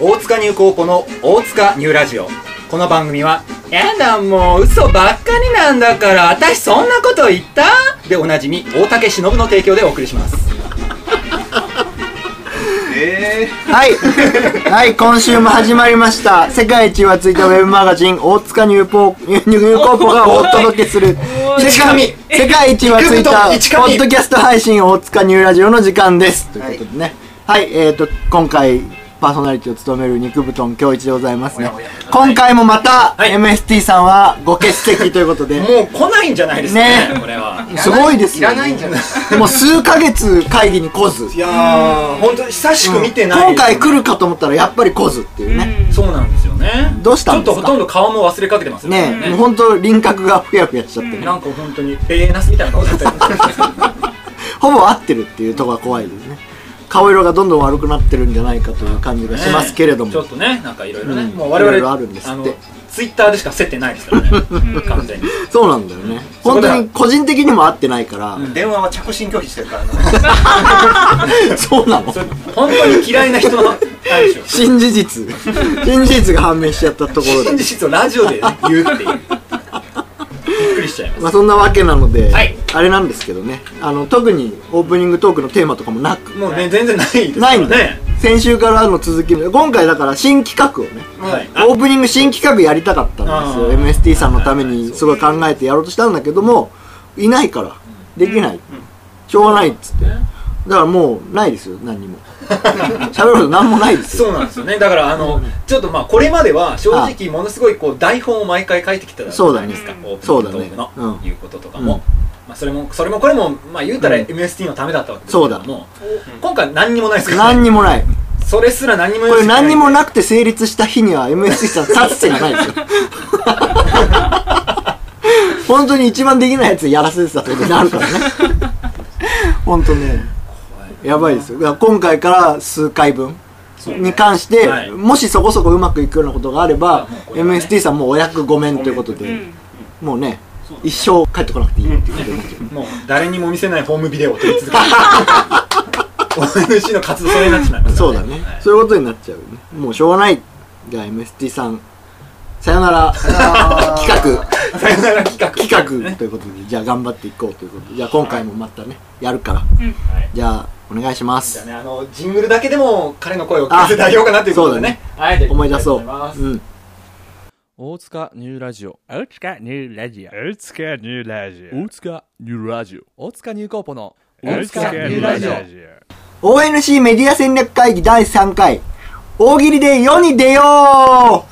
大塚入高校の大塚ニューラジオこの番組は「やだもう嘘ばっかりなんだから私そんなこと言った?」でおなじみ大竹しのぶの提供でお送りしますえはい。はい、今週も始まりました。世界一はついたウェブマガジン、大塚入ポ入高校がお届けする。一神世界一はついた、一神ポッドキャスト配信、大塚入ラジオの時間です。ということでね。はい、えっ、ー、と、今回、パーソナリティを務める肉布団京一でございますねおやおや。今回もまた、はい MST さんはご欠席ということで。もう来ないんじゃないですかねねこれはーすごいですよ、ね。いらないんじゃないもう数ヶ月会議に来ず。いやー本当久しく見てない、今回来るかと思ったらやっぱり来ずっていうね。そうなんですよねどうしたんですかちょっとほとんど顔も忘れかけてますよねえ、ね本当輪郭がふやふやしちゃってる、なんか本当にベーナスみたいな顔だったりほぼ合ってるっていうとこが怖いですね顔色がどんどん悪くなってるんじゃないかという感じがしますけれ ども、ちょっとねなんかいろいろね、うんもう我々いろいろあるんですってあのツイッターでしか接点ないですからね 完全にそうなんだよねそこ本で当に個人的にも合ってないから、 電話は着信拒否してるからな そうなのそれ本当に嫌いな人のあれでしょ新事実新事実が判明しちゃったところ真で実をラジオで言うっていうびっくりしちゃいますまあそんなわけなので、はいあれなんですけどねあの特にオープニングトークのテーマとかもなくもうね全然ないですからないんで、ね先週からの続き今回だから新企画をねはいあオープニング新企画やりたかったんあーですよ MST さんのためにすごい考えてやろうとしたんだけどもいないからできないしょうがないっつってだからもうないですよ何にも喋ること何もないですよそうなんですよねだからあの、ちょっとまあこれまでは正直ものすごいこう台本を毎回書いてきたじゃないですかそうだオーねプニングトークそうだねのうんいうこととかうんも。まあ、それもそれもこれも、まあ、言うたらうん MST のためだったわけですけども、今回何にもないですから、何にもないそれすら何にもこ用意れしてない何にもなくて成立した日には MST さん立つせがない ですよ本当に一番できないやつやらせてたってことになるからね本当ねやばいですよだから今回から数回分に関して、はいもしそこそこうまくいくようなことがあれば、もうこれはね MST さんもうお役ごめんということで、もうね一生帰ってこなくていいっていうことになっちゃうもう誰にも見せないホームビデオを撮り 続けて ONC の活動それになっちまいますそうだね、そういうことになっちゃうねもうしょうがないじゃあ MST さんさよなら企画さよなら企画企画ということでじゃあ頑張っていこうということでじゃあ今回もまたねやるから、はいじゃあお願いしまじゃあすねあのジングルだけでも彼の声を聞かせてあげようかなということでねはいじゃあ思い出そう行きたと思いますうん大塚ニューラジオ大塚ニューラジオ大塚ニューラジ大塚ニューラジオ大塚ニューコーポのオ大塚ニューラジオ ONC メディア戦略会議第3回大喜利で世に出よ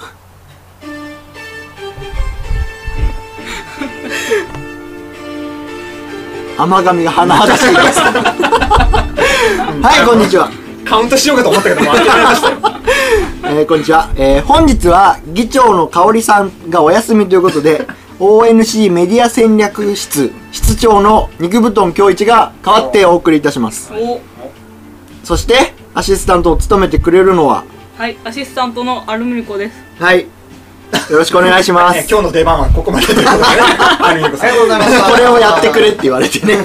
う甘神が鼻がしいですはいこんにちはカウントしようかと思ったけどもう諦めましたよえーこんにちは、えー本日は議長の香織さんがお休みということで ONC メディア戦略室室長の肉布団京一が代わってお送りいたしますおそしてアシスタントを務めてくれるのははいアシスタントのアルミルコですはいよろしくお願いしまねす 今こ日の出番はここまでということでねアルミコさんれをやってくれって言われて ね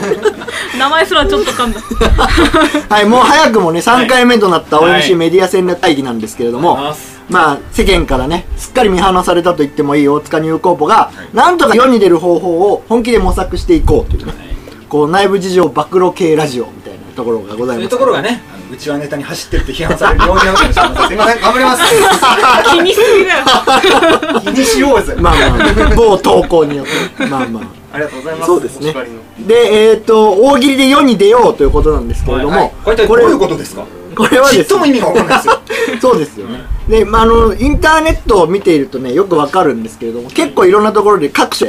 名前すらちょっと噛んだ はいもう早くもね3回目となったはい ONC メディア戦略会議なんですけれども、ますまあ世間からねすっかり見放されたと言ってもいい大塚入高ポが、なんとか世に出る方法を本気で模索していこうというね、こう内部事情暴露系ラジオみたいなところがござそういいまうすところがねあのうちはネタに走ってるって批判されるようになるかもしれませんすいません頑張ります気にしすぎだよ気にしようぜまあまあ某投稿に よってねまあまあありがとうございますそうですねお叱りのでえっ、と大喜利で世に出ようということなんですけれども、はいこれ一体どういうことですかこれはちでっすとも意味がわかんないですよそうですよね。で、まあ、あの、インターネットを見ているとね、よくわかるんですけれども、結構いろんなところで各所、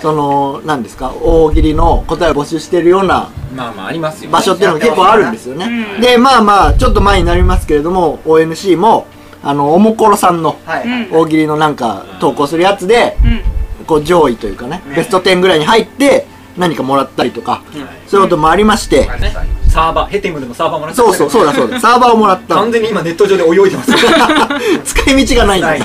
その、なんですか、大喜利の答えを募集しているようなまあまあありますよ場所っていうのが結構あるんですよね。で、まあまあ、ちょっと前になりますけれども、ONC も、あの、おもころさんのはい、うん大喜利のなんか投稿するやつで、うんこう上位というかね、ベスト10ぐらいに入って、何かもらったりとか、そういうこともありまして、ねサーバーヘテムルのサーバーもらってそうそう、そうだそうだ、サーバーをもらったの完全に今ネット上で泳いでますよ 使い道がないんです。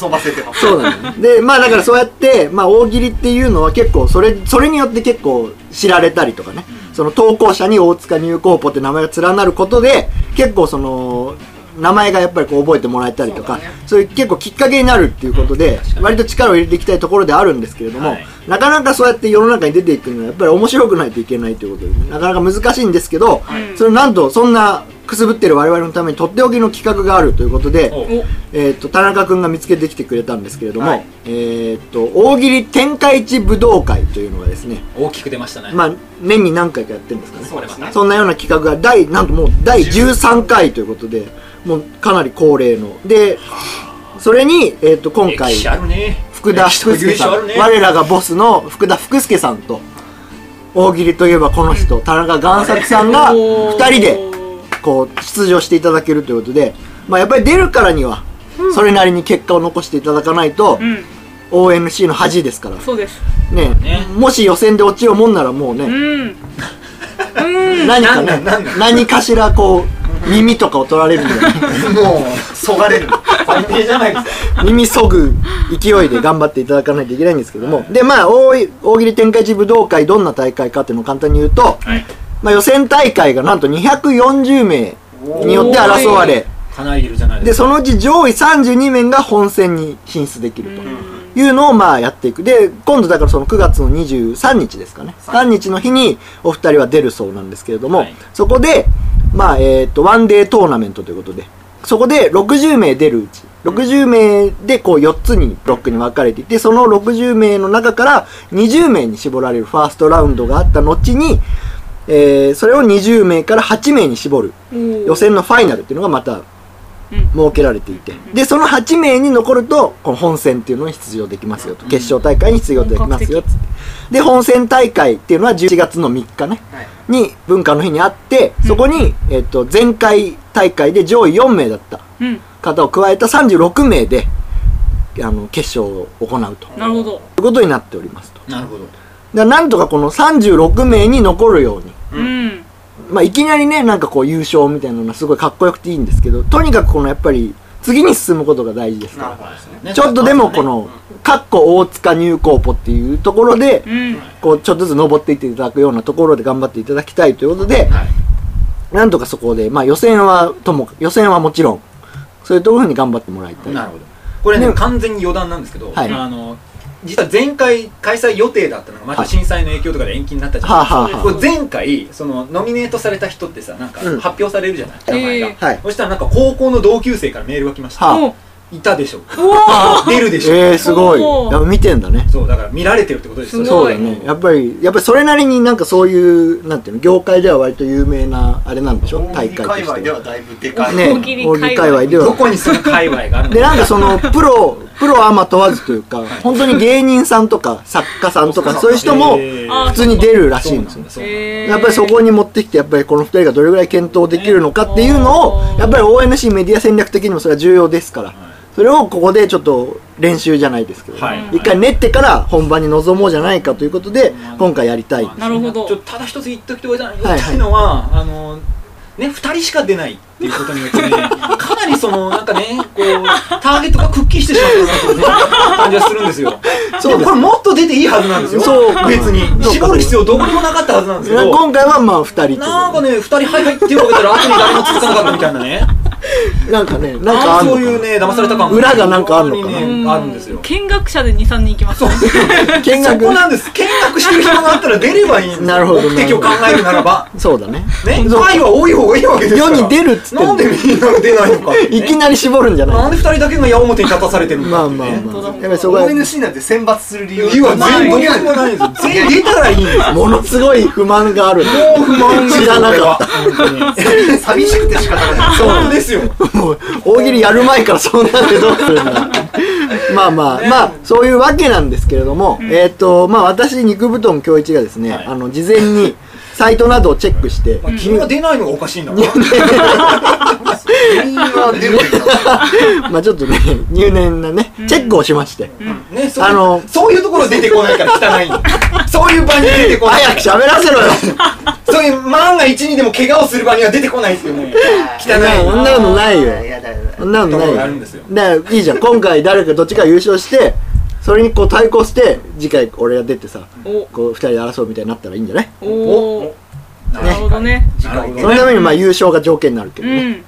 遊ばせてますそうなんだよねでまあだからそうやって、まあ、大喜利っていうのは結構それそれによって結構知られたりとかね、その投稿者に大塚入高ポって名前が連なることで結構その名前がやっぱりこう覚えてもらえたりとかそう,、いう結構きっかけになるっていうことで割と力を入れていきたいところであるんですけれども、はいなかなかそうやって世の中に出ていくにはやっぱり面白くないといけないということで、ね、なかなか難しいんですけど、いそれなんとそんなくすぶってる我々のためにとっておきの企画があるということで、おおえー、と田中君が見つけてきてくれたんですけれども、はいえー、と大喜利天下一武道会というのがですね、大きく出ましたね。まあ、年に何回かやってるんですかねそうですねそんなような企画が第なんともう第13回ということでもうかなり恒例のでそれに、えー、と今回歴史あるね。福田福助さ歴史あん、るね我らがボスの福田福助さんと大喜利といえばこの人田中贋作さんが2人でこう出場していただけるということで、まあ、やっぱり出るからにはそれなりに結果を残していただかないと、うん ONC の恥ですからそうですねねもし予選で落ちようもんならもううね、んうん何かねなんなんなん何かしらこう耳とかを取られる んじゃないもう、そがれる。最低じゃないですか。耳そぐ勢いで頑張っていただかないといけないんですけども、でまあ大い大喜利展開地武道会どんな大会かっていうのを簡単に言うと、まあ、予選大会がなんと240名によって争われかなりいるじゃないでですか。そのうち上位32名が本戦に進出できると。いうのをまあやっていく。で、今度だからその9月の23日ですかね。3日の日にお二人は出るそうなんですけれども、はいそこで、まあえっ、と、ワンデートーナメントということで、そこで60名出るうち、60名でこう4つにブロックに分かれていて、その60名の中から20名に絞られるファーストラウンドがあった後に、えーそれを20名から8名に絞る予選のファイナルっていうのがまたうん設けられていて、でその8名に残るとこの本戦っていうのに出場できますよと決勝大会に出場できますよっつってで本戦大会っていうのは11月の3日ね、はいに文化の日にあってそこに、えっと前回大会で上位4名だったうん方を加えた36名であの決勝を行うといなるほどうことになっておりますとなるほど。だからなんとかこの36名に残るようにうんまあ、いきなりね、なんかこう優勝みたいなのがすごいかっこよくていいんですけど、とにかくこのやっぱり次に進むことが大事ですなるほかどですね。ら。ちょっとでもこの、かっこ大塚入高ポっていうところで、うんこうちょっとずつ登っていっていただくようなところで頑張っていただきたいということで、はいなんとかそこで、まあ予選はともか予選はもちろん、そういうところに頑張ってもらいたい。なるほどこれねで完全に余談なんですけど、はいあの実は前回開催予定だったのがまた震災の影響とかで延期になったじゃないはあ、ですか、はあはこれ前回そのノミネートされた人ってさなんかうん発表されるじゃない、名前が、ええあ、はい。そしたらなんか高校の同級生からメールが来ました、はあおいたでしょお出るでしょ、えー、すごい。おーやっぱ見てんだね。そうだから見られてるってことですよすそうごいだね。やっぱり、やっぱりそれなりになんかそういう、なんていうの、業界では割と有名な、あれなんでしょ大大会と会しては隈ではだいぶでかい。ね、大喜利界大隈喜利界隈でどは。こにその界隈があるの で、なんかその、プロ、プロアマ問わずというか、本当に芸人さんとか、作家さんとか、そういう人も、あ普通に出るらしいんですよ。そうなんだそうなんだえーやっぱりそこに持ってきて、やっぱりこの二人がどれぐらい検討できるのかっていうのをね、やっぱり ONC メディア戦略的にもそれは重要ですから、それをここでちょっと練習じゃないですけど、はい一回練ってから本番に臨もうじゃないかということで、今回やりたい。なるほどちょっとただ一つ言っときておきたい,、いはいい、のはあのね、2人しか出ないっていうことによってね、かなりその、なんかね、こう、ターゲットがくっきりしてしまっ たなというね感じがするんですよ。そうですでもこれもっと出ていいはずなんですよ。そう別に。そう絞る必要どこにもなかったはずなんですけど、今回はまあ二人というなんかね、2人はいはいって言われたら後に誰も続かなかったみたいなね。なんかね、なんなんかあかんのそうかないうね、騙された感裏がなんかあんのかな本当にねあるんですよ。見学者で23人行きますそう。 見そ学こなんです。見学してる暇があったら出ればいいんですよなるほど目的を考えるならば。そうだね。ね、愛は多い方がいいわけですから世に出るっつってんのなんでみんな出ない のかってね、いきなり絞るんじゃなんなでい二人だけが矢面に立たされてるんまだあってねまあまあ。やだっぱりそこは、 ONC なんて選抜する理由理由は全ど部こにもないんですよ全員出たらいいんですよものすごい不満がある。もう不満知らなかった寂しくて仕方ない。 本当ですよもう、大喜利やる前からそうなんでどうするんだ。まあまあ、まあ、そういうわけなんですけれども、えっと、まあ私、肉布団教一がですね、あの、事前に、サイトなどをチェックして、まあ君が出ないのがおかしいんだから全員は出るべきだまあちょっとね、入念なね、チェックをしまして、 ねそうあのそういうところ出てこないから汚いんだよそういう場に出てこない早く喋らせろよそういう万が一にでも怪我をする場には出てこないっていうね 汚そんいなのないよ。やだやだそんなのないとこよろがあるんですよだからいいじゃん今回誰かどっちか優勝してそれにこう対抗して次回俺が出てさおこう2人で争うみたいになったらいいんじゃないおーなるほどね。次回そのためにまあ優勝が条件になるけどうね、ん。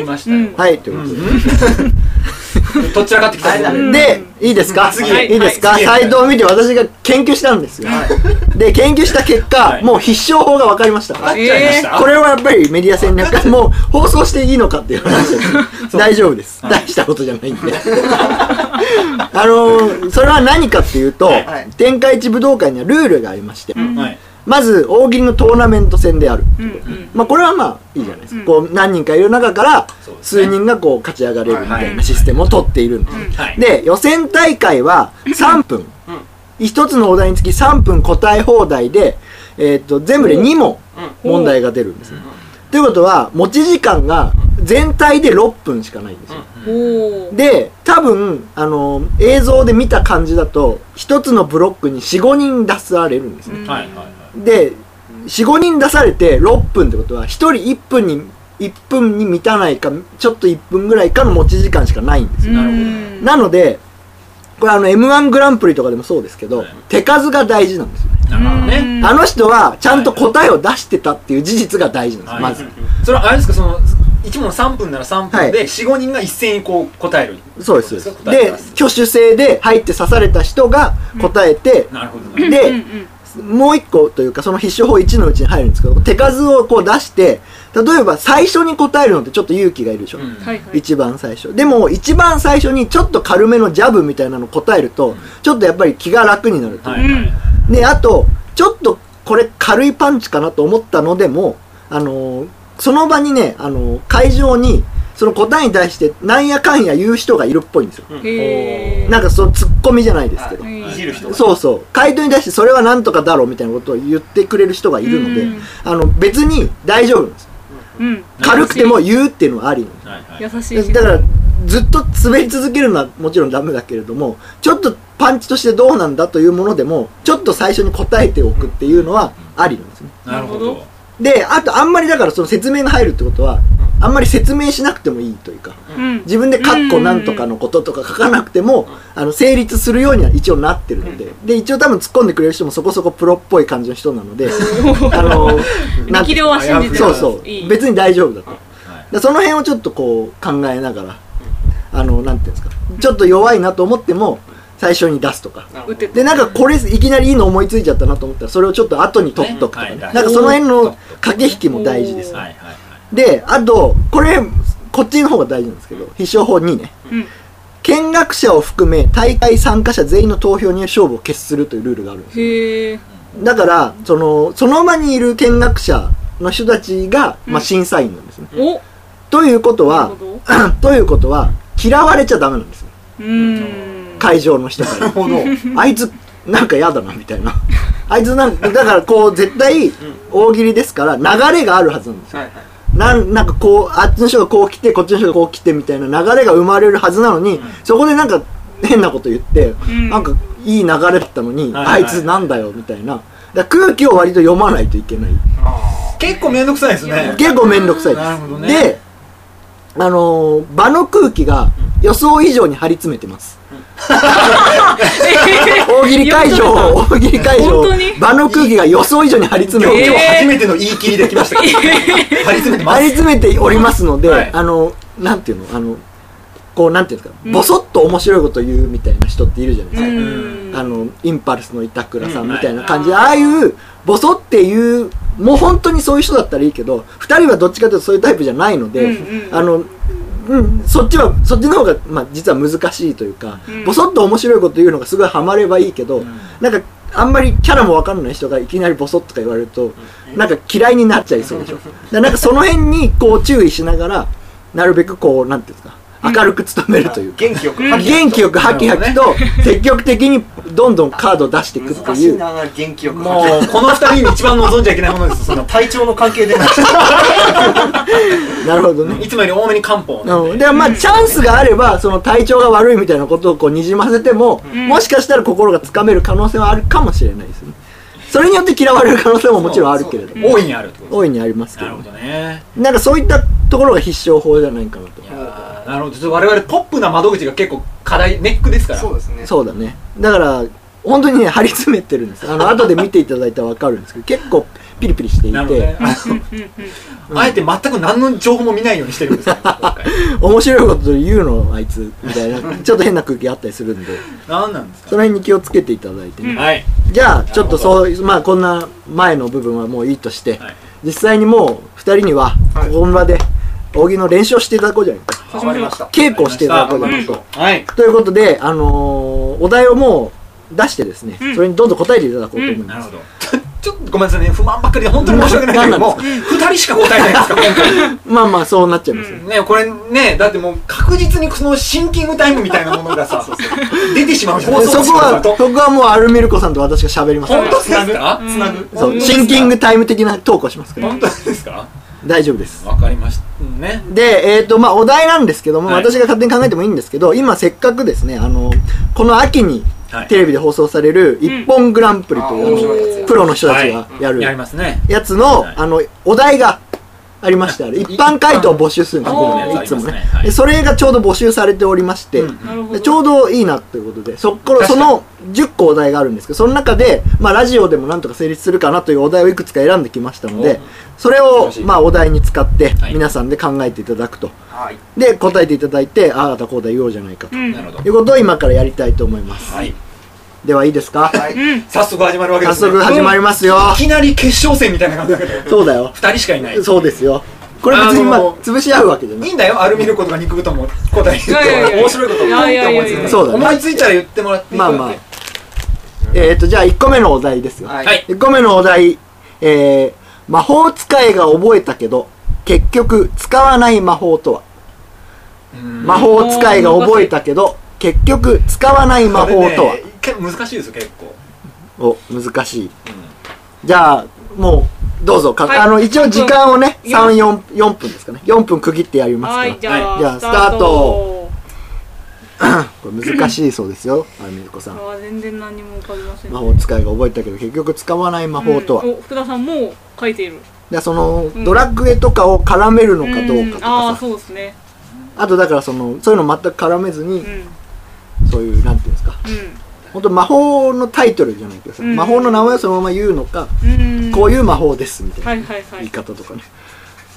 いましたよ。はい、ということで。とっちらかってきたあれね。で、いいですか次いいですかはいサイトを見て私が研究したんですよ。で、研究した結果、いもう必勝法が分かりました。あっちゃいました。これはやっぱりメディア戦略、もう放送していいのかっていう話です大丈夫です。大したことじゃないんで。あのーそれは何かっていうと、い天下一武道会にはルールがありまして、はい。まず大喜利のトーナメント戦である。うんうんまあこれはまあいいじゃないですか。こう何人かいる中からそうですね数人がこう勝ち上がれるみたはいなシステムを取っているんです。はい。で、予選大会は3分。一つのお題につき3分答え放題で、えーっと、全部で2問問題が出るんですね。ということは、持ち時間が全体で6分しかないんですよ。おーで、多分、あのー映像で見た感じだと、一つのブロックに4、5人出されるんですね。はい。はい。で、4、5人出されて6分ってことは、1人1分に、1分に満たないか、ちょっと1分ぐらいかの持ち時間しかないんですようんなので、これあの M1 グランプリとかでもそうですけど、手数が大事なんですよね。なるほどね。あの人はちゃんと答えを出してたっていう事実が大事なんです、まそれはあれですか、その、一問3分なら3は分いで、4、5人が一斉にこう答える。ず。そうです。そう答えてでま、す挙手制で入って刺された人が答えて、なるほど。なるほどうんうで、んもう一個というかその必勝法1のうちに入るんですけど、手数をこう出して、例えば最初に答えるのってちょっと勇気がいるでしょ。うんはいはい一番最初でも一番最初にちょっと軽めのジャブみたいなの答えるとちょっとやっぱり気が楽になるというはかういはいんであとちょっとこれ軽いパンチかなと思ったのでもあのーその場にね、あのー会場にその答えに対してなんやかんや言う人がいるっぽいんですよ、へーなんかそのツッコミじゃないですけど、はいいじる人がそうそう回答に対してそれはなんとかだろうみたいなことを言ってくれる人がいるので、うんあの別に大丈夫なんですうん軽くても言うっていうのはありなんですはいはい。優しでいしだからずっと滑り続けるのはもちろんダメだけれどもちょっとパンチとしてどうなんだというものでもちょっと最初に答えておくっていうのはありなんですねなるほど。であとあんまりだからその説明が入るってことはあんまり説明しなくてもいいというかうん自分で「カッコなんとかのこと」とか書かなくてもあの成立するようには一応なってるのでで一応多分突っ込んでくれる人もそこそこプロっぽい感じの人なのであ のなんて力量は信じてるそうそういい別に大丈夫だと、でその辺をちょっとこう考えながらあのなんていうんですかちょっと弱いなと思っても最初に出すとか打ててでなんかこれいきなりいいの思いついちゃったなと思ったらそれをちょっと後に取っとくとか、ねねはいなんかその辺の駆け引きも大事ですはいはいはい。であとこれこっちの方が大事なんですけど必勝法2ね、うん見学者を含め大会参加者全員の投票による勝負を決するというルールがあるんですへーだからそのその場にいる見学者の人たちが、まあ、うん審査員なんですね、おということなはるほど ということは嫌われちゃダメなんですようーん会場の人からほど。あいつなんか嫌だなみたいなあいつなんだからこう絶対大喜利ですから流れがあるはずなんですよ、なんなんかこうあっちの人がこう来てこっちの人がこう来てみたいな流れが生まれるはずなのに、そこでなんか変なこと言って、んなんかいい流れだったのに、はいはいあいつなんだよみたいなだから空気を割と読まないといけない結構めんどくさいですね。結構面倒くさいなるほどです、ねであのー場の空気が予想以上に張り詰めてます大喜利会場を大喜利会場を本当に場の空気が予想以上に張り詰めて今日えー初めての言い切りできましたけど。張り詰め てま張りす。詰めておりますので、はいあのなんていうのあのこうなんていうんですか、ボソッと面白いこと言うみたいな人っているじゃないですうか、んあのインパルスの板倉さうんんみたいな感じ、はいああいうボソっていうもう本当にそういう人だったらいいけど2人はどっちかというとそういうタイプじゃないので、うんうんあのうん、そっちはそっちの方が、まあ、実は難しいというか、うんボソッと面白いこと言うのがすごいハマればいいけど、なんかあんまりキャラも分かんない人がいきなりボソッとか言われると、なんか嫌いになっちゃいそう でしょだからなんかその辺にこう注意しながらなるべくこうなんていうんですか明るく努めるというか、元気よく。元気よくハキハキと 積極的にどんどんカードを出していくって難しいいうな、元気よく。もう、この二人に一番望んじゃいけないものです。その、体調の関係で。なるほどねいつもより多めに漢方を飲んでうん、でまあチャンスがあればその体調が悪いみたいなことをこうにじませても、もしかしたら心がつかめる可能性はあるかもしれないですねそれによって嫌われる可能性ももちろんあるけれども大いにあるってこと大いにありますけなどるほねどねなんかそういったところが必勝法じゃないかなといやーなるほどちょっと我々ポップな窓口が結構課題ネックですからそうですね。そうだねだから本当にね張り詰めてるんですあの後で見ていただいたら分かるんですけど結構ピリピリしていなるほどてね、あえて全く何の情報も見ないようにしてるんですよ今回 面白いこと言うのあいつみたいなちょっと変な空気あったりするんで何なんですその辺に気をつけていただいてね、うんかはいじゃあちょっとそうまあこんな前の部分はもういいとして、はい実際にもう2人にははい本場で扇の練習をしていただこうじゃないかわかりました。稽古をしていただこうじゃわなかいりかましたはいということで、あのーお題をもう出してですね、うんそれにどんどん答えていただこうと思いまなす、るほどちょっとごめんなさいね不満ばっかりで本当に申し訳ないんだけども2人しか答えないんですか今回まあまあそうなっちゃいますよ、ねこれねだってもう確実にそのシンキングタイムみたいなものがさ出てしまうじゃないでですそかこはとそこはもうアルミルコさんと私が喋りますか本ら当ですかつなぐそうシンキングタイム的なトークをしますから本当ですか大丈夫ですわかりましたねで、えっ、と、まあ、お題なんですけども、はい私が勝手に考えてもいいんですけど、今せっかくですね、あの、この秋にはいテレビで放送される、一本グランプリとあー面白いいう、やつやプロの人たちがややりるますねやつの、はいあの、お題がありまして、あれ一般回答を募集するんです一般よ、いつもありねますね、はいでそれがちょうど募集されておりまして、うんなるほどでちょうどいいなということで、そこ、その10個お題があるんですけど、その中で、まあ、ラジオでもなんとか成立するかなというお題をいくつか選んできましたので、それを、まあ、お題に使っては、い皆さんで考えていただくと。はい。で答えていただいてああだこうだ言おうじゃないかと、うんなるほいうことを今からやりたいと思いますどはいではいいですか、はいうん早速始まるわけで早すね速始まりますよ、いきなり決勝戦みたいな感じだけどそうだよ2人しかいないそうですよこれ別にあまあの潰し合うわけじゃないいいんだよアルミルコとか肉豚も答えていやいやいや面白いこといやいやいやいやそうだね思いついたら言ってもらっていいまあまあえっ、とじゃあ1個目のお題ですよ、はいはい1個目のお題えー、魔法使いが覚えたけど結局使わない魔法とは魔法使いが覚えたけど結局使わない魔法とは、これね結構難しいですよ結構お難しい、じゃあもうどうぞか、はいあの一応時間をね四344分ですかね4分区切ってやりますから、はいじゃあ、はいじゃあスタートこれ難しいそうですよあみるこさあんー全然何も浮かびません魔法使いが覚えたけど結局使わない魔法とは、うんお福田さんもう書いているでその、んドラクエとかを絡めるのうかどうかとんあかあーさ、そうですねあとだからそのそういうの全く絡めずに、うんうんそういうなんていうんですか本当魔法のタイトルじゃないけどさ、うん魔法の名前をそのまま言うのか、うんこういいう魔法ですみたいな、はいはいは言いい方とかね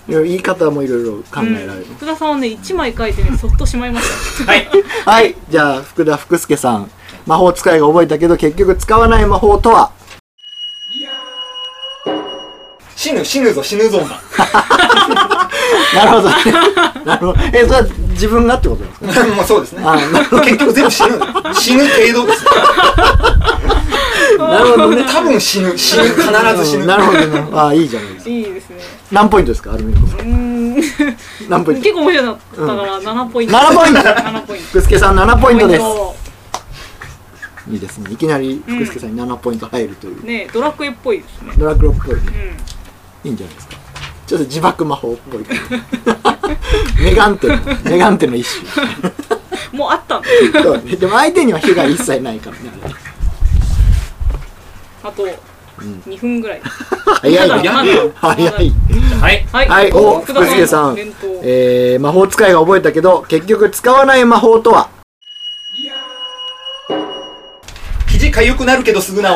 いろいろ言い方もいろいろ考えられる、うん福田さんはね一枚書いてねそっとしまいました はい、じゃあ福田福助さん魔法使いが覚えたけど結局使わない魔法とは死ぬ死ぬぞ死ぬぞお前なるほどね なるほどえそれは自分がってことなんですか もうそうですねあなるほ結局全部死ぬ死ぬ程度ですど なるほどね多分死ぬ死ぬ必ず死うぬんなるほどねああいいじゃないですかいいですね何ポイントですかアルミンコさんうーん何ポイント結構面白かったから7ポイント7ポイント7ポイン福助さん7ポイントですポいいですねいきなり福助さんに7ポイント入るという、イントねドラクエっぽいですねドラクロっぽいねうんいいんじゃないですかちょっと自爆魔法っぽいメガンテのメガンテの一種もう あったのそうねでも相手には被害一切ないからねあと2分ぐらい早いまだなまだ早いはいはいはい、お、福田福助さん連投。えー、魔法使いが覚えたけど、結局使わない魔法とは肘かゆくなるけどすぐ治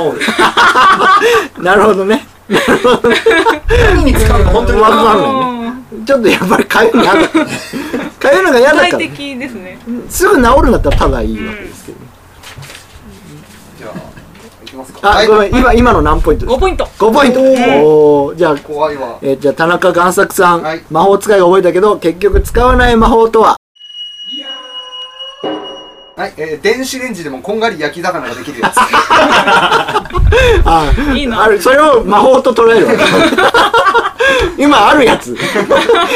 るなるほどね。何に使うの本当にわわかかんんなないいね。ちょっとやっぱりかゆいの嫌 だ。かゆいのが嫌だか具体ら、的ですねすぐ治るんだったらただいいわけですけどね。じゃあ、いきますか。あ、ごめん、今、今の何ポイントです5かポイント ?5 ポイント。おー、じゃあ、怖いわ。えーじゃあ田中贋作さん、はい魔法使いが覚えたけど、結局使わない魔法とははい、えー、電子レンジでもこんがり焼き魚ができるや つ。あいいなあるそれを魔法と捉え るわけ今あるやつ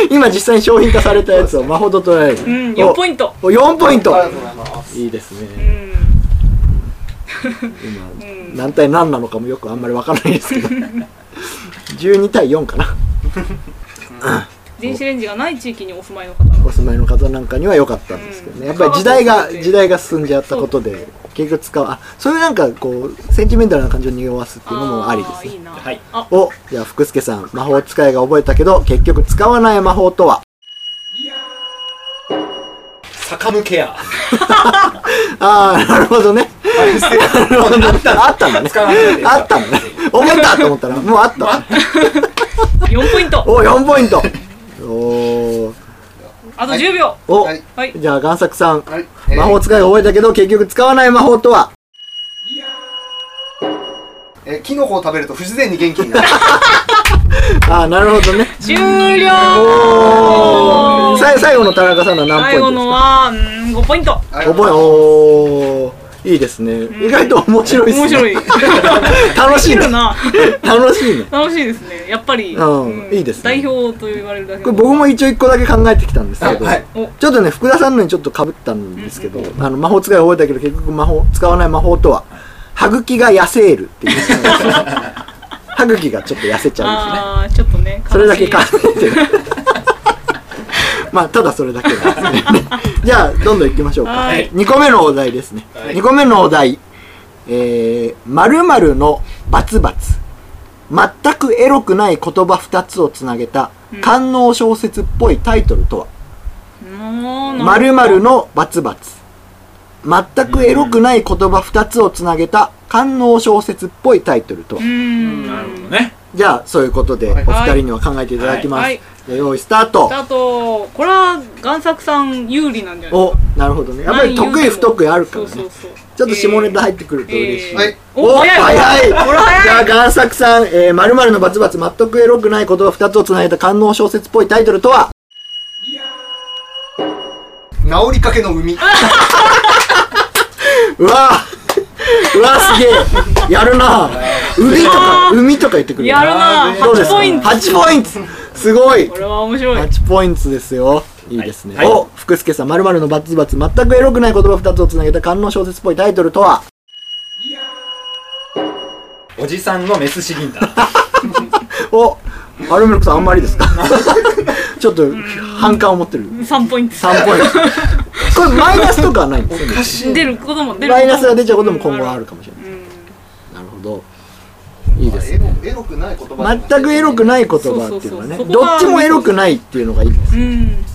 今実際に商品化されたやつを魔法と捉える、うん4ポイントお4ポイントありがとうございます。いいですうねんうん何対何なのかもよくあんまりわからないですけど12対4かな電子レンジがない地域にお住まいの方お住まいの方なんかには良かったんですけどねやっぱり時代が時代が進んじゃったことで結局使うあそういうなんかこうセンチメンタルな感情を匂わすっていうのもありですーいねいなはいあおじゃあ福助さん魔法使いが覚えたけど結局使わない魔法とは酒ームケア。 ああ、なるほどね。あれしてあったんだね。使わなくなってあったんだね。思ったと思ったら、もうあった。 4ポイントおお、4ポイント。おーあと10秒お、はいはいじゃあ、贋作さん。はい、魔法使いを覚えたけど、結局使わない魔法とはえーえーキノコを食べると不自然に元気に なるああ、なるほどね。終了おーさい最後の田中さんのは何最ポイン後トのはうーん5ポイントはい覚え、おーいいですね。意外と面白いっすね。面白い楽しい面白ねい。な楽しいね。楽しいですねやっぱり、うんいいですね代表と言われるだけこでれ僕も一応一個だけ考えてきたんですけど、あはいおちょっとね、福田さんのにちょっと被ったんですけど、あの、魔法使いを覚えたけど、結局魔法、使わない魔法とは、歯茎が痩せるっていう。 歯茎がちょっと痩せちゃうんですね。ああーちょっとねそれだけ 考悲しいえてる。まあ、ただそれだけなんですね。じゃあ、どんどん行きましょうか。はい2個目のお題ですね。はい2個目のお題。えー、〇〇のバツバツ。全くエロくない言葉2つをつなげた、官能小説っぽいタイトルとは、もうな〇〇のバツバツ。全くエロくない言葉2つをつなげた、官能小説っぽいタイトルとはうー。んなるほどね。じゃあ、そういうことで、おはい二人には考えていただきます。はいじゃあ用意スタート。あとこれは贋作さん有利なんじゃないおなるほどねやっぱり得意不得意あるからねそうそうそうちょっと下ネタえ入ってくると嬉しい、えーはいーお早い早いこれ早いじゃあ贋作さん「えー、〇〇のバツバツ全くエロくない言葉2つをつなげた官能小説っぽいタイトルとは治りかけの海うわーうわーすげえやるな 海とか海とか言ってくーるやるなどうで8すかポイント8ポイントすごいこれは面白い8ポイントですよいいですね、はいお福助さん「〇〇のバツバツ全くエロくない言葉2つをつなげた官能小説っぽいタイトルとはおじさんのメスシリンダー。おアルミルクさんあんまりです かちょっと反感を持ってる3ポイント3ポイントこれマイナスとかはないんですよね出ることも出ることもマイナスが出ちゃうことも今後はあるかもしれないうんなるほどいいですエロエロくない言葉じゃ全くエロくない言葉っていうのはねそうそうそうどっちもエロくないっていうのがいいですうん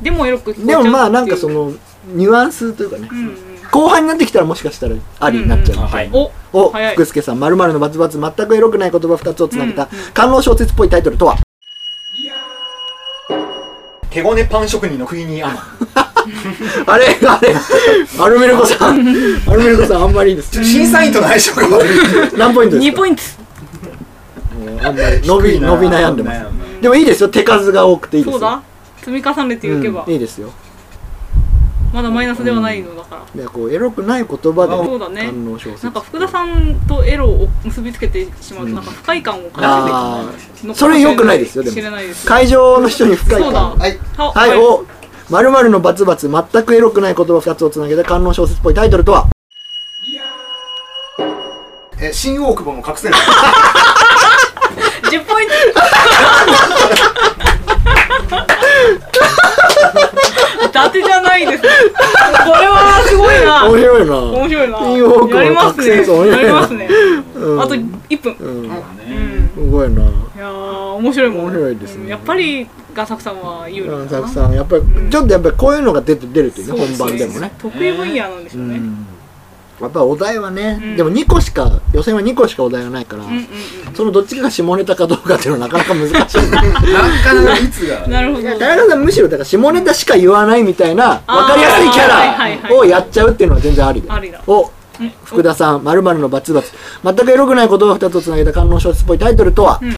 でもエロく聞こえちでゃうもまあっていなうんかそのニュアンスというかねうんうん後半になってきたらもしかしたらありになっちゃうみたいなおお早い福助さん「〇〇のバツバツ全くエロくない言葉2つをつなげた官能小説っぽいタイトルとは?手ごねパン職人のクイニーアマン。」あれあれアルミルコさ んアルミルコさんあんまりいいですちょっと審査員との相性が悪い。何ポイントです2かポイントあんまり伸び伸び悩んでますす。でもいいですよ手数が多くていいですそようだ積み重ねていけばうんいいですよまだマイナスではないのだからでこうエロくない言葉でそうだね官能小説なんか福田さんとエロを結びつけてしまうとなんか不快感を感じてあきまそれ良くないですよでも知れないですー会場の人に不快そうだ感はいははいおまるのバツバツ全くエロくない言葉2つをつなげた官能小説っぽいタイトルとはえー新大久保の覚醒 剤10ポイント伊達じゃないですこれはすごいな面白いな面白いな金曜日やりますね覚醒剤面白いなやりますねうんあと1分うんうんすごいないやー面白いもん面白いですねうんやっぱり贋作さんは有利だ贋な作さんやっぱりんちょっとやっぱりこういうのが出て出るっていうそうね本番でもね得意分野なんでしょうね、うんやっぱお題はね、うんでも2個しか予選は2個しかお題がないから、うんうんそのどっちかが下ネタかどうかっていうのはなかなか難 しいなんかの率が。なるほいやど田中さんむしろだから下ネタしか言わないみたいなあー分かりやすいキャはいはいはラいをやっちゃうっていうのは全然ありだよありだおうん福田さん「まるのバツバツ」全くエロくない言葉を2つをつなげた観音小説っぽいタイトルとは、うん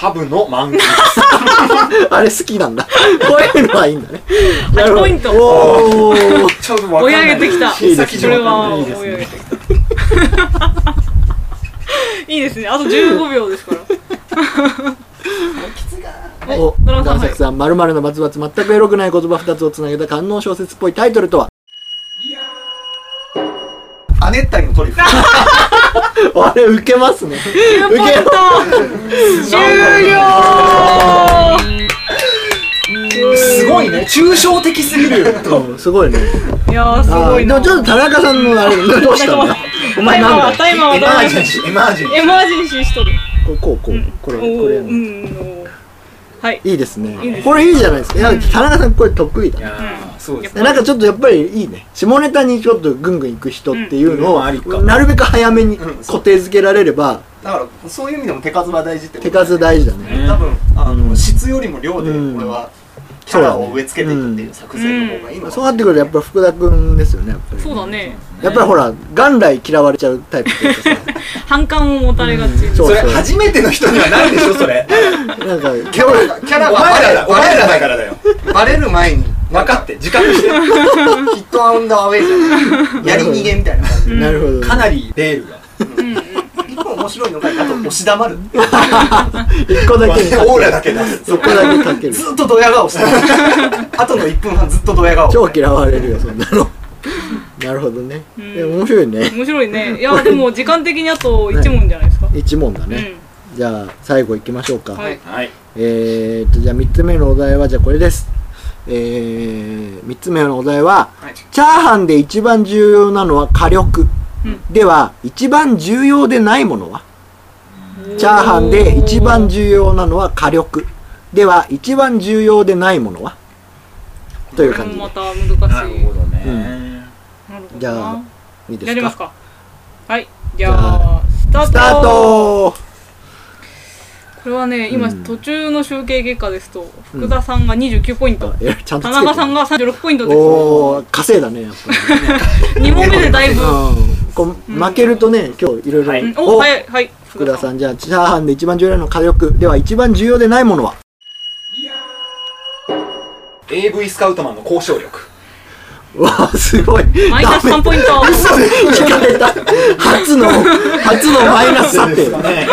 ハブの漫画。 あれ好き なんだこういうの はいいんだねなるほどポイントおーちょっとわか追んいない上げてきたいいですねそれはいいで追いすね上げてきた いいですねあと15秒 ですからお田中さん贋作さん「まるのバツバツ」全くエロくない言葉2つをつなげた観音小説っぽいタイトルと は亜熱帯のトリュフあれウケますねウケ る終了すごいね。抽象的すぎる。うんすごいねいやーすあーごいでなもちょっと田中さんのあれどうしたんだお前なんだタイマーはエマターイマーはジェンシー。エマージェンシー。エマージェンシーしとるこうこうこうこれおーこれうんおーはいいいですねいいですねこれいいじゃないですかいや田中さんこれ得意だいねやーそうですねなんかちょっとやっぱりいいね下ネタにちょっとぐんぐん行く人っていうのうんありかをなるべく早めにうん固定づけられればだからそういう意味でも手数は大事ってこと手数大事だね多分あの質よりも量でうん俺はキャラを植え付けていくっていう作戦の方が今はそうなってくるとやっぱ福田君ですよねやっぱりそうだねやっぱりほら元来嫌われちゃうタイプっていうか さ反感を持たれがちうんそうそれ初めての人にはないでしょそれなんかキャラがキャラおがバレ前らだお前らだからだよバレる前に分かって自覚してヒットアウンドアウェイじゃんやり逃げみたいな感じなるほどかなりレールが一個面白いのがあと押し黙る一個だけ にかオーけラるだけだ一個だけにかけるずっとドヤ顔して るあとの1分半ずっとドヤ顔超嫌われるよそんなの なるほどねんでも面白いね面白いねいやでも時間的にあと1問じゃないですか一問だうねんじゃあ最後行きましょうかはいはいえーっとじゃあ3つ目のお題はじゃあこれですえー、3つ目のお題は、はいチャーハンで一番重要なのは火力、うんでは一番重要でないものはチャーハンで一番重要なのは火力では一番重要でないものはというこれ感じもでまた難しいなるほどね、うんなるほどなじゃあいいですかやりますかはいじゃじゃあスタートスタートこれはね今うん途中の集計結果ですと福田さんが29ポイントえちゃんとつ田けて中さんが36ポイントですおお稼いだねやっぱり2問目でだいぶうんこう負けるとね今日いろいろうんお早いはい福福田さんんじゃあチャーハンで一番重要なのは火力では一番重要でないものは AV スカウトマンの交渉力わあすごいマイナス3ポイント引かれた初の初のマイナス査定やっぱね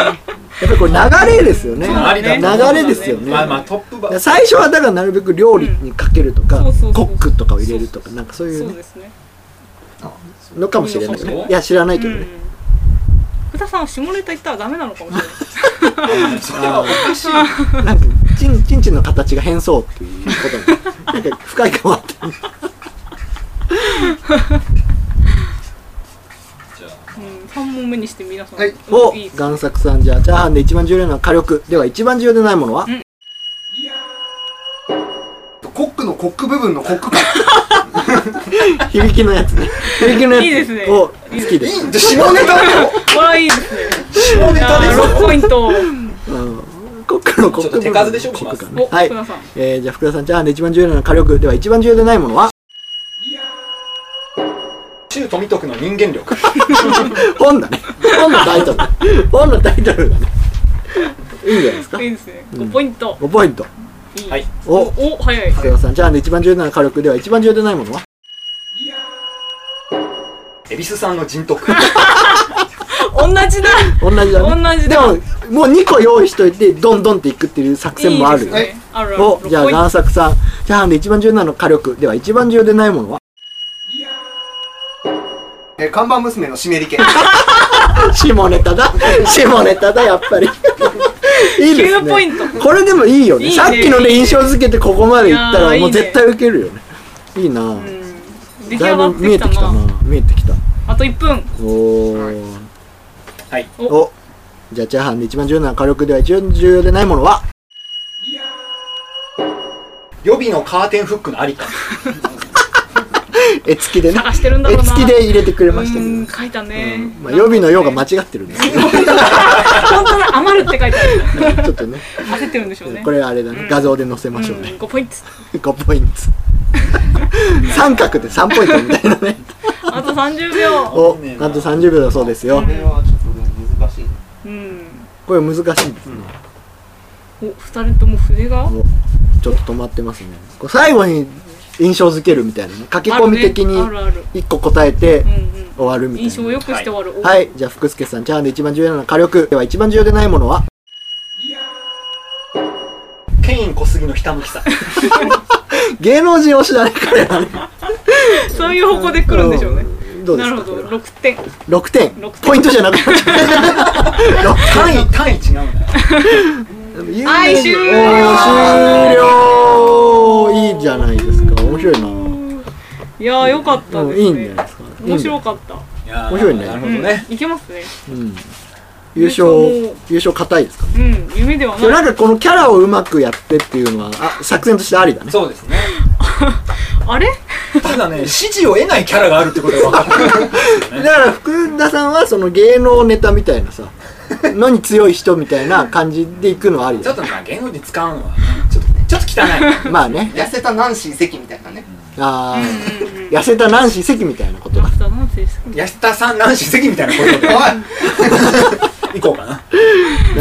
りこれ流れですよねまあありだと思う流れですよねまあまあトップバだから最初はだからなるべく料理にかけるとか、うんそうそうそうコックとかを入れるとかなんかそういそうう、ね、ですねのかもしれないそうそうねいや知らないけうどねん、福田さんは下ネタ言ったらダメなのかもしれないそれはおかしいなんかチンチンチンの形が変そうっていうこと になんか深いかもあってうん、3問目にして皆さん、はいをいいです贋作さんじゃあチャーハンで一番重要なのは火力では一番重要でないものはんコックのコック部分のコック感響きのやつね響きの いいやですねつを好きですで下ネタだよこれはいいですね下ネじゃタであ6すポイントをうんコックのコックちょっと手数で勝負しますコックかおねはい福田さんえーじゃあ福田さんチャーハンで一番重要なのは火力では一番重要でないものは中富徳の人間力本だね本のタイトル本のタイトルだねいいんじゃないですかいいですね5ポイント、 5ポイントいいはいおおお早い福田さんチャーハンで一番重要なのは火力では一番重要でないものは恵比寿さんの人徳同じだ同じだね同じでだももう2個用意しといてどんどんっていくっていう作戦もあるいいよですねあるあるおじゃあ六ポイ贋ント作さんチャーハンで一番重要なのは火力では一番重要でないものはえ看板娘の湿り気下ネタ だ下ネタだやっぱりいいです9ポイねントこれでもいいよねいいねさっきのいいねね印象付けてここまでいったいやーらいいねもう絶対ウケるよねいいなうん出来だい上がぶって見えきてたきたなな見えてきたあと1分おーはいおおじゃあチャーハンで一番重要なのは火力では一番重要でないものは予備のカーテンフックのありか絵付きでね探してるんだろ絵うな付きで入れてくれうましたけどんね書いたうねんまあ予備の用が間違ってるんですけどね本当だ余るって書いてある ちょっとね焦ってるんでしょうねこれはあれだね画像で載せましょうね5ポイント5ポイント 三角で3ポイントみたいな ねあと30秒おなんと30秒だそうですよはちょっと難しいうんこれ難しいですねお二人とも筆がおちょっと止まってますねこう最後に印象付けるみたいなね書き込み的にあるある1個答えてうんうん終わるみ印たい象をな良くして終わる、おはいじゃあ福助さんチャーハンで一番重要なのは火力では一番重要でないものはケイン小杉のひたむき さ芸能人推しだね彼らねそういう方向で来るんでしょうねんどうでなするかほこれどは6点6点六点ポイントじゃなく なっちゃう単位単位違うんだよはい終了おー終了いいじゃないですか面白いな、いやーよかったうでん、すいねいんじゃないですか面白いかったいやー面白いねなるほうどんねいけますねいんだよ優勝優勝も、優勝硬いですかうん、夢ではでもなないんかこのキャラをうまくやってっていうのは、あ、作戦としてありだね。そうですね。あれただね、指示を得ないキャラがあるってことが分かった。だから福田さんはその芸能ネタみたいな さ、のに強い人みたいな感じでいくのはあり ちょだっとな、言語に使うのはね、ちょっとね、ちょっと汚い。まあね。痩せたナンシー関みたいなね。あーうんうんうん痩せたナンシー関みたいなことだ。松田なんてですか安田さん、男子席みたいなことで。 行こうかな。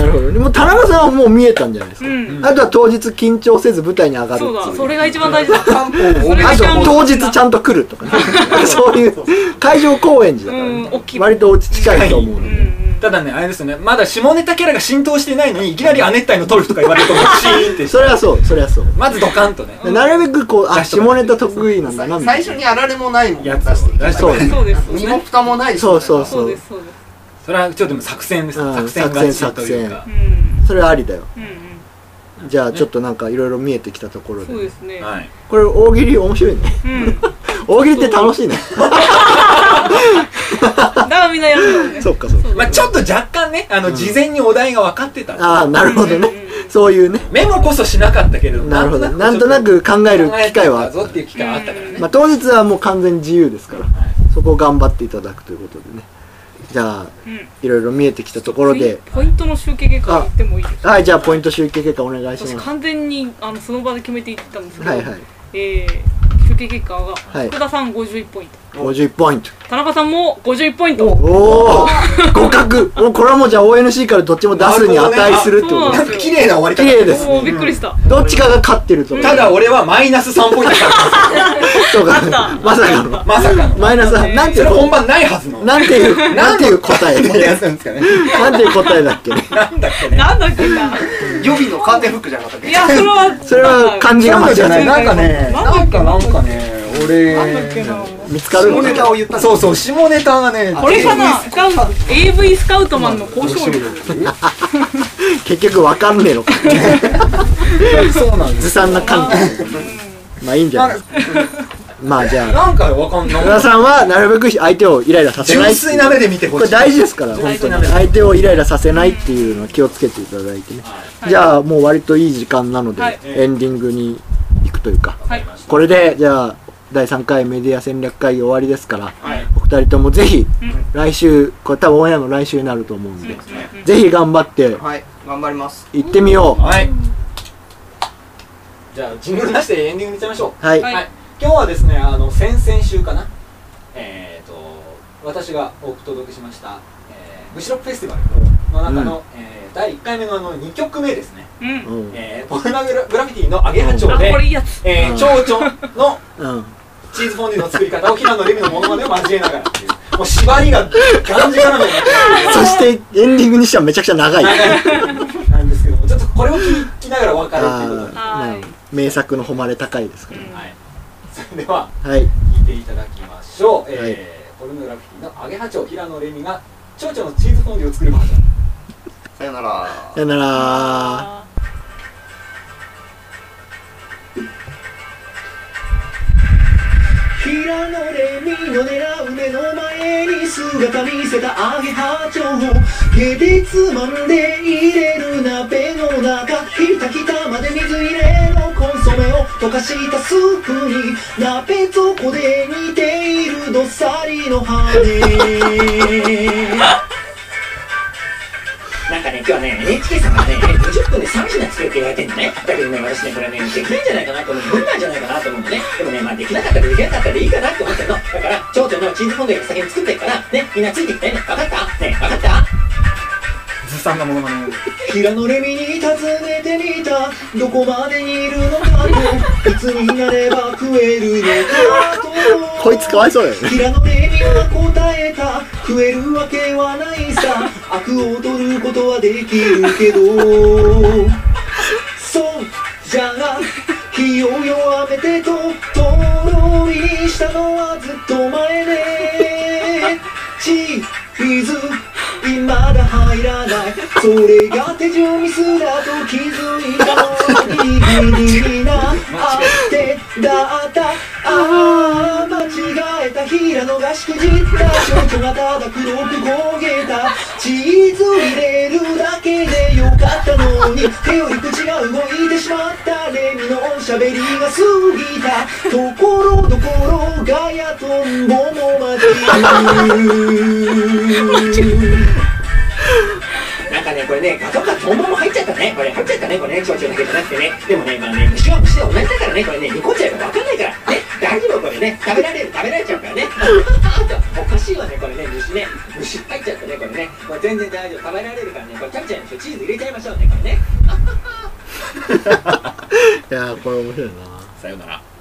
なるほどね。もう田中さんはもう見えたんじゃないですうか。んあとは当日緊張せず舞台に上がるってそうだいう。それが一番大事だ漢方を多めあにと当日ちゃんと来るとかね。 そういう会場公演時だからうん大ねき。い割と近いと思うのうでんうんただね、あれですよね、まだ下ネタキャラが浸透してないのに、いきなり亜熱帯のトルフとか言われると、シーンってしてそれはそう、それはそう。まずドカンとね、なるべくこう、あ、出しとか下ネタ得意なんだな、みた最い初にあられもないもん出やつしてい出たしだてもいらうて。そうです身も蓋もないしそうそうそうですそうですそれはちょっとでも作戦です、うん作戦勝ちというかう。んな。それはありだよ。うんじゃあちょっとなんかいろいろ見えてきたとこうろんそうで。ですねはい、これ大喜利面白い ね。うんだ大喜利って楽しいね。からみんなやるんだもんねそっかそっか。まあちょっと若干ね、あの、事前にお題が分かってた。ああ、なるほどねうんうんう。んそういうね。メモこそしなかったけど、なるほど。くなんとなく考える機会はあ考えたぞってっていう機会はあったからね。まあ、当日はもう完全に自由ですから、そこを頑張っていただくということでねじゃあうんいろいろ見えてきたところでポイントの集計結果言ってもいいですかはいじゃあポイント集計結果お願いし私ます完全にあのその場で決めていったんですけどはいはいえー集計結果がい福田さん51ポイント50ポイント田中さんも51ポイントおお互角おこれはもうじゃあ ONC からどっちも出すに値するってことなでるなすんか綺麗な終わり方。綺麗ですもうびっくりしたどっちかが勝ってるとただ俺はマイナス3ポイントだったんでそうかまさかのすよまさかの。マイナスはなんてそいれう本番ないはずの。なんていう なんていう答えやつなんですかね。なんていう答えだっけねなんだっけね。なんだっけな 予備のカーテンフックじゃなかったっけいやそれはそれは漢字が間違ってるなんかねなんかなんかね、なんだっけな見つかるの下ネタを言ったんですそうそう、下ネタがね、これかなスカウト AV スカウトマンの交渉力結局わかんねえのかそうなんでずす。さんな感じまあいいんじゃないまあじゃあなんかわかんな野田い。さんはなるべく相手をイライラさせない純っていう粋な目で見てほこしい。れ大事ですから純本当粋にな目で相手をイライラさせないっていうのは気をつけていただいてねじゃあもう割といい時間なのではいエンディングに行くというかはいこれでじゃあ第3回メディア戦略会議終わりですからはいお二人ともぜひ来週これ多分オンエアの来週になると思うんでぜひ頑張ってはい、頑張ります。行ってみようはい。じゃあ、ジングルなしでエンディングにいっちゃいましょう。はいはいはい、今日はですねあの先々週かなえー、と私がお届けしました、えー、ブシロップフェスティバルの中の、えー第1回目のあの2曲目ですね、うんうんえー、ポルノグラグラフィティのアゲハ蝶あでこれいいやつえうー、ん蝶々のうんチーズフォンデュの作り方を平野レミのモノマネを交えながらっていうもう縛りががんじがらめになってそしてエンディングにしてはめちゃくちゃ長い長いなんですけどもちょっとこれを聞きながら分かるっていうことで、あーまあ名作の誉れ高いですからはい、それでははい聞いていただきましょう、えーはいポルノグラフィティのアゲハチョウ平野レミが蝶々のチーズフォンデュを作るバージョンさよなら。さよなら平野レミの狙う目の前に姿見せたアゲハチョウを手でつまんで入れる鍋の中ひたひたまで水入れのコンソメを 溶かしたスープに鍋底で煮ているどさりの羽なんかね、今日はね、NHK さんがね、50分で3品作るって言われてんのね。だけどね、私ね、これね、できないんじゃないかなと思う。無理なんじゃないかなと思うのね。でもね、まあ、できなかったらできなかったでいいかなって思ってんの。だから、蝶々のチーズフォンデュ先に作ってるから、ね、みんなついてきてね。わかったね、わかったずさんなものまね平野レミに尋ねてみたどこまでにいるのかといつになれば食えるのかとこいつかわいそうだよね平野レミは答えた食えるわけはないさ悪を取ることはできるけどそうじゃあ火を弱めてととろりにしたのはずっと前でチーズ今だ入らないそれが手順ミスだと気づいたのに気になってだったああ間違えた平野がしくじった蝶々がただ黒く焦げたチーズ入れるだけでよかったのに手より口が動いてしまったレミのおしゃべりが過ぎたところどころガヤとんぼもまじるなんかね、これね、画像がトンボも入っちゃったね。これ入っちゃったね、これね、蝶々だけじゃなくてね。でもね、まあね、虫は虫で同じだからね、これね、煮込んじゃえばわかんないから。ね、大丈夫これね、食べられる、食べられちゃうからね。おかしいわね、これね、虫ね。虫入っちゃったね、これね。もう全然大丈夫、食べられるからね、これキャプチャーにチーズ入れちゃいましょうね、これね。いやーこれ面白いなさよなら